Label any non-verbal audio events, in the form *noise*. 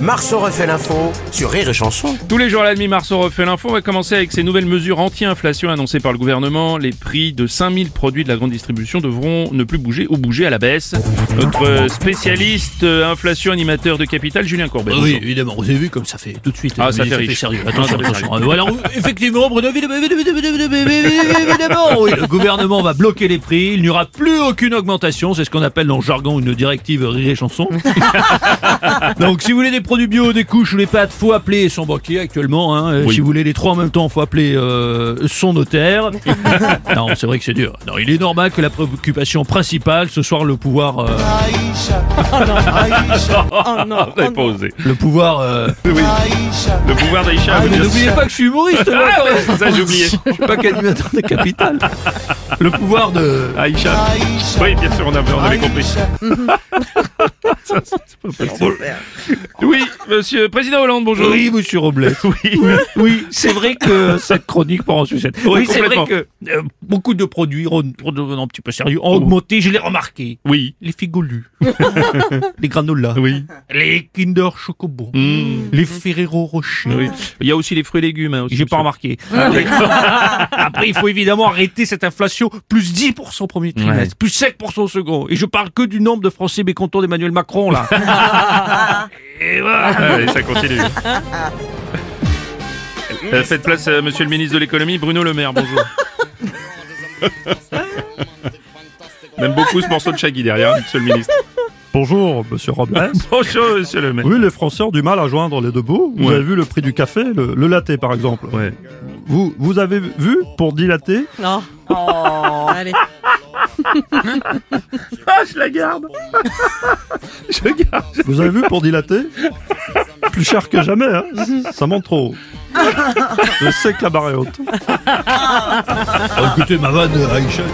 Marceau refait l'info sur Rire et Chanson. Tous les jours à la demi-mars, on refait l'info. On va commencer avec ces nouvelles mesures anti-inflation annoncées par le gouvernement. Les prix de 5000 produits de la grande distribution devront ne plus bouger ou bouger à la baisse. Notre spécialiste euh, inflation animateur de Capital, Julien Courbet. Oui, évidemment, vous avez vu comme ça fait tout de suite. Ah, euh, ça fait riche. sérieux. Ah, ça Attention, fait attention. Euh, Alors, effectivement, Bruno, évidemment, évidemment, évidemment, évidemment, évidemment, oui, le gouvernement va bloquer les prix. Il n'y aura plus aucune augmentation. C'est ce qu'on appelle dans le jargon une directive rire et *laughs* chanson. Donc, si vous voulez des produits bio, des couches ou les pâtes, faut appeler son banquier actuellement. hein. Euh, Si vous voulez les trois en même temps, faut appeler euh, *laughs* son notaire. non, c'est vrai que c'est dur. Non, il est normal que la préoccupation principale ce soir le pouvoir, euh, Aïcha, Aïcha, Ah, vous n'avez pas osé. le pouvoir. euh, Le pouvoir d'Aïcha. Ah, vous mais dire- n'oubliez pas que je suis humoriste. moi, Ah, quand même. ouais, ça, j'ai oublié. Je suis pas qu'animateur de Capital. Le pouvoir de. Aïcha. Aïcha. Ah Oui, bien sûr, on avait, on avait compris. Ça, c'est pas possible. Oui, monsieur président Hollande, bonjour. Oui, *laughs* monsieur Robles. Oui, oui, c'est vrai que cette chronique part en sucette. Oui, c'est complètement. vrai que euh, beaucoup de produits, ren- redevenant un petit peu sérieux, Oh. ont augmenté, je l'ai remarqué. Oui. Les *laughs* figolus, les granolas, Oui. les Kinder Chocobo, Mmh. les Ferrero Rocher. Oui. Il y a aussi les fruits et légumes. hein, aussi, J'ai pas monsieur. remarqué. Ah, Après, *laughs* il faut évidemment arrêter cette inflation. Plus 10% au premier trimestre, plus 7% au second. Et je parle que du nombre de Français mécontents d'Emmanuel Macron, là. Et voilà. Allez, ça continue. Euh, faites place à monsieur le ministre de l'économie, Bruno Le Maire, bonjour. Même beaucoup ce morceau de Shaggy derrière, monsieur le ministre. *laughs* Bonjour, monsieur Robles. Bonjour, monsieur le maire. Oui, les Français ont du mal à joindre les deux bouts. Vous Ouais. avez vu le prix du café, le, le latte par exemple. Ouais. Vous, vous avez vu pour dilater Non. *laughs* Allez. Oh. Ah, je la *laughs* garde. je garde. Vous avez vu pour dilater Plus cher que jamais, hein Ça monte trop. Je sais que la barre est haute. écoutez, ma vanne, Aïcha.